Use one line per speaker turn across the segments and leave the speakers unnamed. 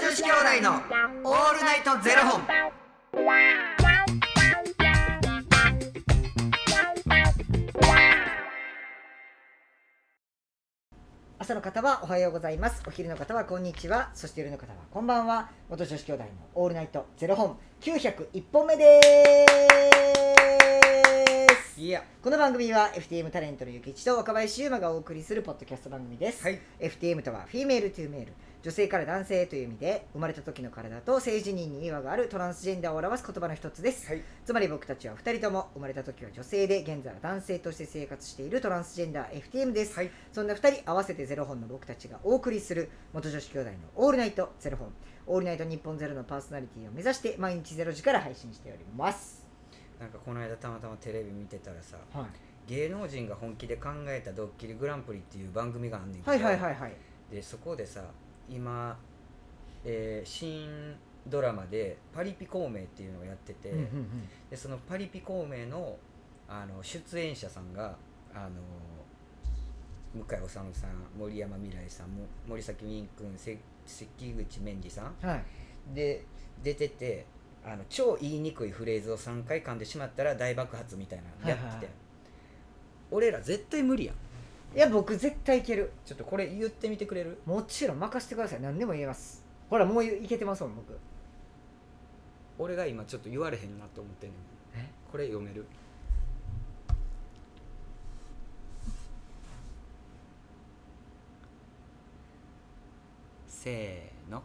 子兄弟のオールナイトゼロ本。
朝の方はおはようございますお昼の方はこんにちはそして夜の方はこんばんは元女子兄弟のオールナイトゼロ本901本目です
いや、
この番組は FTM タレントのゆきちと若林優馬がお送りするポッドキャスト番組です、
はい
FTM とはフィメールトゥーメール女性から男性という意味で生まれた時の体と性自認に違和があるトランスジェンダーを表す言葉の一つです、
はい、
つまり僕たちは2人とも生まれた時は女性で現在は男性として生活しているトランスジェンダー FTM です、
はい、
そんな2人合わせてゼロ本の僕たちがお送りする元女子兄弟のオールナイトゼロ本オールナイト日本ゼロのパーソナリティを目指して毎日ゼロ時から配信しております
なんかこの間たまたまテレビ見てたらさ、
はい
芸能人が本気で考えたドッキリグランプリっていう番組があんねんけど、
はいはいはいはい
でそこでさ今、えー新ドラマで「パリピ孔明」っていうのをやってて、
うんうんうん
でその「パリピ孔明の」あの出演者さんがあの向井理さん森山未来さんも森崎ウィン君せ関口メンディさん
はい
で出ててあの超言いにくいフレーズを3回噛んでしまったら大爆発みたいなのやってて、
はいはいはい
俺ら絶対無理やん
いや僕絶対いける
ちょっとこれ言ってみてくれる
もちろん任せてください何でも言えますほらもういけてますもん僕
俺が今ちょっと言われへんなと思ってんねん
え
これ読めるせ ーの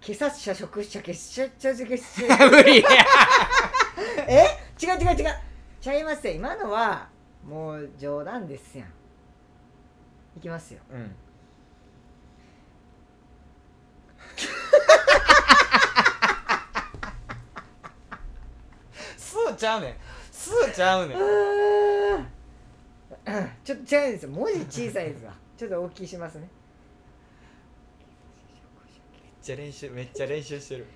消さしゃ食しゃ消しゃちゃ消しゃ
無理や
え違う違う違うちゃいますよ今のはもう冗談ですやんいきますよ
うんすーちゃうねんすーちゃうねん
ちょっと違うんですよ文字小さいですわちょっと大きいしますね
めっちゃ練習めっちゃ練習してる
よ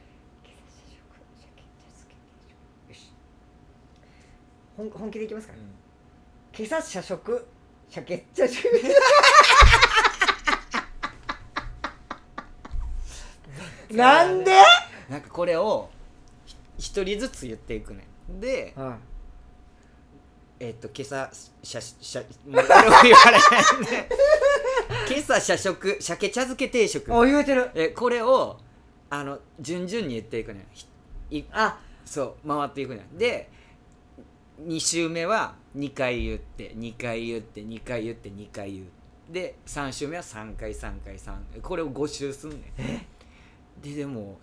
し本本気でいきますから、今朝社食社決茶中 なんで、
なんかこれをひ一人ずつ言っていくねんで
は
えっと今朝しゃしゃもうこれも言われへんね今朝社食鮭茶漬け定食
い、お言うてる
えこれをあの順々に言っていくねんひい
あ
そう回っていくねんで2周目は2回言って2回言って2回言って2回言うで3周目は3回3回3これを5周すんねんででも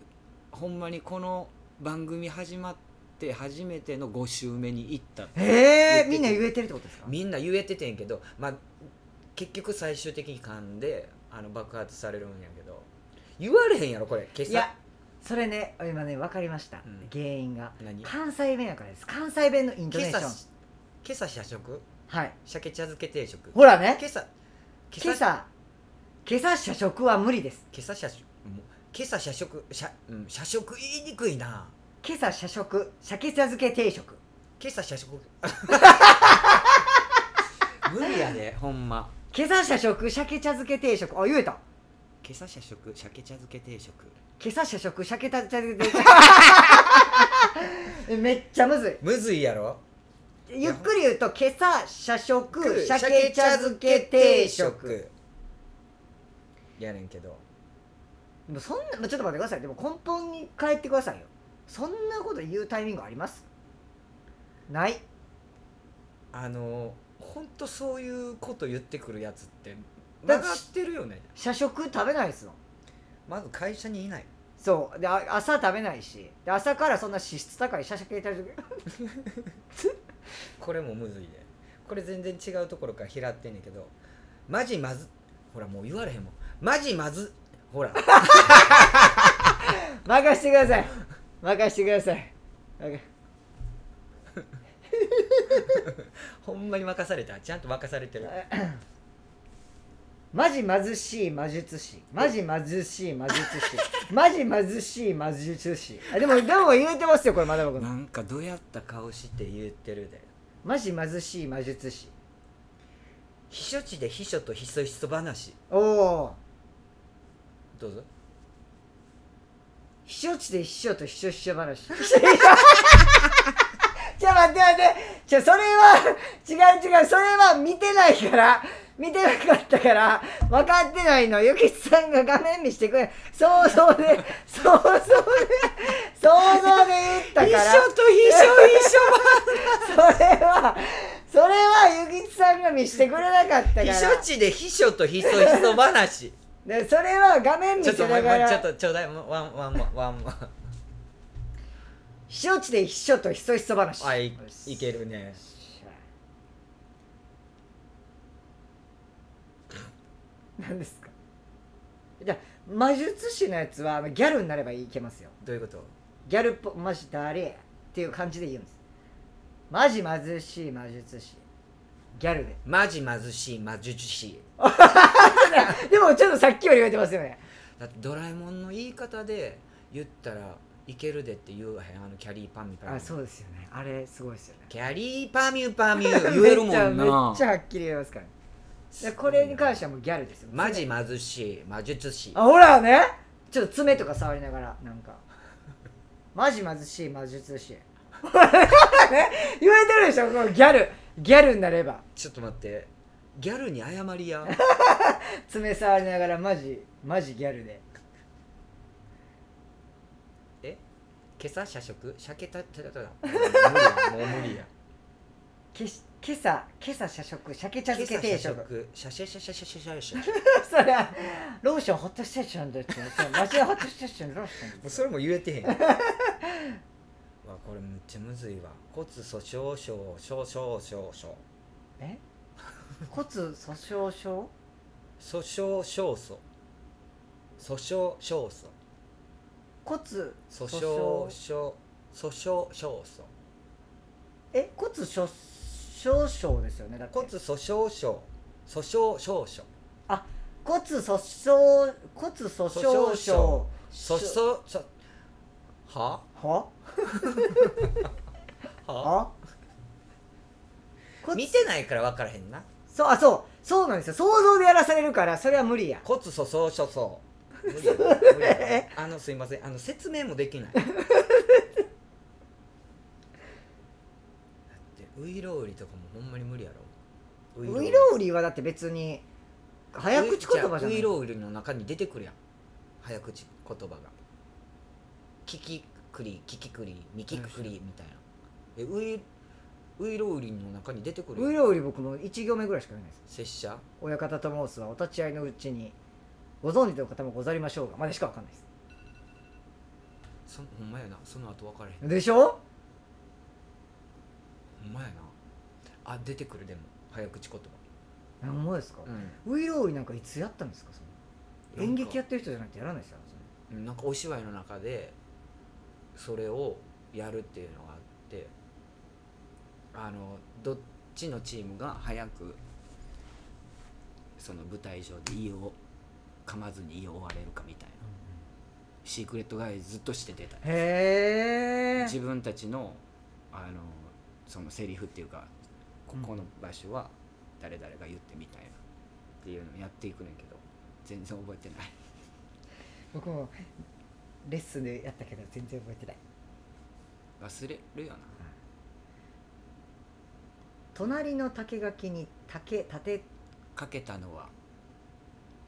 ほんまにこの番組始まって初めての5周目に行った
えー、みんな言えてるってことですか
みんな言えててんけど、まあ、結局最終的に噛んであの爆発されるんやけど言われへんやろこれ今
い
朝
やそれね今ね分かりました、
うん
原因が
何
関西弁やからです関西弁のイント
今
ネーシ
朝
ョン
今朝社食
はい
鮭茶漬け定食
ほらね
今朝今
今
朝
朝今朝社食は無理です
今朝社食もう今朝社食社,、うん、社食言いにくいな
今朝社食鮭茶漬け定食
今朝社 食無理やでほんま
今朝社食鮭茶漬け定食あ言えた
今朝社食鮭茶漬け 定食
今朝社食鮭茶漬け定 食めっちゃむず
むずいやろ
いゆっくり言うと今朝社食鮭
鮭
茶漬け定食
食やねんけど
でもそんなちょっと待ってくださいでも根本に変えてくださいよそんなこと言うタイミングありますない
あのほんとそういうこと言ってくるやつって
だ
曲がってるよね
社食食べないですよ
まず会社にいない
そうであ朝食べないしで朝からそんな脂質高い社食系食べ
これもむずいでこれ全然違うところから拾ってんねんけどマジまずほらもう言われへんもんマジまず ほら
任してください任してください任
ほんまに任されたちゃんと任されてる
マジ貧しい魔術師マジ貧しい魔術師マジ貧しい魔術師あでもでも言えてますよこれまだ僕
なんかどうやった顔して言ってるで
マジ貧しい魔術師
秘書地で秘書とひそひそ話
おお
どうぞ
秘書地で秘書と秘書秘書話 じゃあ待って待ってじゃあそれは違う違うそれは見てないから見てなかったから分かってないのゆきちさんが画面見してくれ想像で想像で想像で言った
秘
から
書と秘書秘書
それはそれはゆきちさんが見してくれなかったから
秘書地で秘書と秘書秘書話
でそれは画 面見
ちょってと
だ
お前
か
お前ちょっ
ら
とちょうだいもうワンワンワンワンワン
秘書地で秘書とひそひそ話
あいいけるね
何ですかじゃあ魔術師のやつはあのギャルになればいけますよ
どういうこと
ギャルっぽマジ誰やっていう感じで言うんですマジ貧しい魔術師ギャルで
マジ貧しい魔術師
でもちょっとさっきより言われてますよね
だってドラえもんの言い方で言ったらいけるでって言うわへんあのキャリーパミュパミュ
あそうですよねあれすごいですよね
キャリーパミュパミ ュ言えるもんな
めっちゃめっちゃはっきり言えますからでこれに関してはもうギャルですよ
マジ貧しい魔術師
あほらねちょっと爪とか触りながらなんかマジ貧しい魔術師ね言えてるでしょこのギャルギャルになれば
ちょっと待ってギャルに謝 りや
爪触りながらマジマジギャルで
え今朝社食鮭たたたたたもう無理やもう無理や
けし今朝今朝社食鮭茶漬け定食
社社社社社社社社社
それはローションホットステーションだってそれマジでホットステーションローション
それも言えてへん わこれめっちゃむずいわ骨粗しょう症症症症症
え骨粗しょう症
訴訟勝訴訴訟勝訴
骨
訴
訴
訟
訟
勝訴訟勝訴
え骨粗しょう症ですよねだって
骨訴訟症訴訟勝訴
骨粗しょう骨粗しょう症
訴訟訴は
は
は
は骨
見てないから分からへんな
そうあそうそうなんですよ想像でやらされるからそれは無理や
骨粗しょう症無理や無理やあのすいませんあの説明もできないだってウイロウリとかもほんまに無理やろ
ウイロウリはだって別に早口言葉じゃ
ウ
な
イ
い
ロウイロの中に出てくるやん早口言葉がキキクリキキクリミキクリみたいなえウイウイロウイロの中に出てくる
ウイ
やん
ロウリ僕も1行目ぐらいしか読んないです
拙者
親方と申すはお立ち会いのうちにご存知の方もござりましょうがまでしかわかんないです
そほんまやなその後分からへん
でしょ
ほんまやなあ出てくるでも早口言
何もですか、
葉、
ウイロウリなんかいつやったんですかその演劇やってる人じゃないとやらないですよ
うんなんかお芝居の中でそれをやるっていうのがあってあのどっちのチームが早くその舞台上で胃を噛まずに胃を追われるかみたいなシークレットガイズとして出た
へえ
自分たちのあのそのセリフっていうかここの場所は誰々が言ってみたいなっていうのをやっていくねんけど全然覚えてない
僕もレッスンでやったけど全然覚えてない
忘れるよな
隣の竹垣に竹立て
かけたのは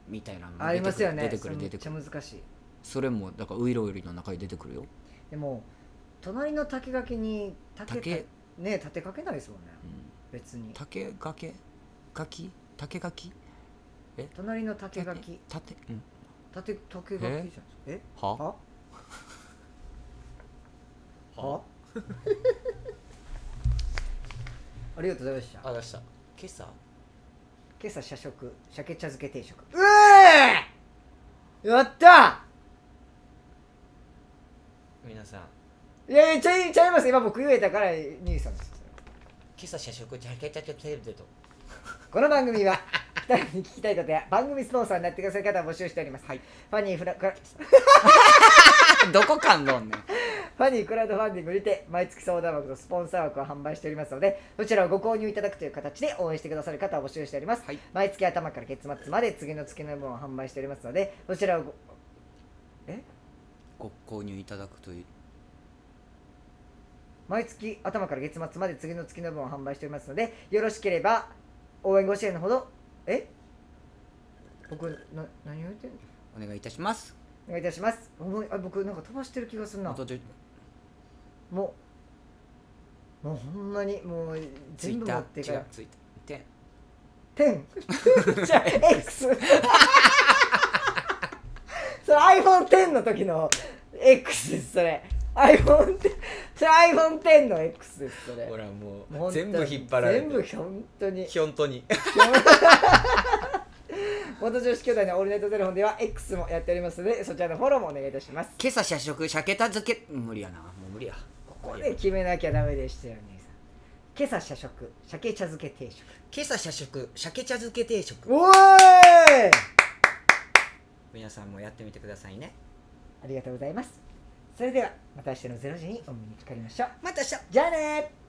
みたいなのも
ありますよね
出てくる
それ
出てくる
め
出
っち
てくる
ゃ難しい
それもだからウイロウイロの中に出てくるよ、
でも隣の竹垣に竹
竹
ね立てかけないですもんね
うん、
別に
竹がけがき竹がき
隣の竹垣
竹うん
立て竹垣じゃないですかえ
は
はは ありがとうございました
あ出した今朝
今朝社食鮭茶漬け定食うえーやった
皆さん
いやいやちゃいちゃいます今僕言えたから兄さんです
今朝社食ジャケジャケテーブルと
この番組は 二人に聞きたいことや番組スポンサーになってくださる方を募集しております、
はい
ファニーフラクラ
どこ感動んねん
ファニークラウドファンディングにて毎月相談枠とスポンサー枠を販売しておりますのでそちらをご購入いただくという形で応援してくださる方を募集しております、
はい
毎月頭から月末まで次の月の分を販売しておりますのでそちらをごえ
ご購入いただくという
毎月頭から月末まで次の月の分を販売しておりますのでよろしければ応援ご支援のほどえ僕な何を言ってんの
お願いいたします
お願いいたします思いあ僕なんか飛ばしてる気がするな
あとで
もうもうほんまにもう
ツイ
全
ッ
部
タ
持
ー
っていか
違
ら
うツイッターて
テンじゃあ X それ iPhone10 の時の X ですそれ iPhone10 それ iPhone10 の X ですそれ
ほらも
も
う
う本当
全
に
部引っ張られて
全部本当に
ひょんとに
元女子兄弟のオールナイトゼロ本では X もやっておりますのでそちらのフォローもお願いいたします
今朝社食鮭た漬け無理やなもう無理や
ここで決めなきゃダメでしたよ兄さん今朝社食鮭茶漬け定食
今朝社食鮭茶漬け定食
おーい
皆さんもやってみてくださいね
ありがとうございますそれではまた明日の0時にお目にかかりましょう
また明日
じゃあねー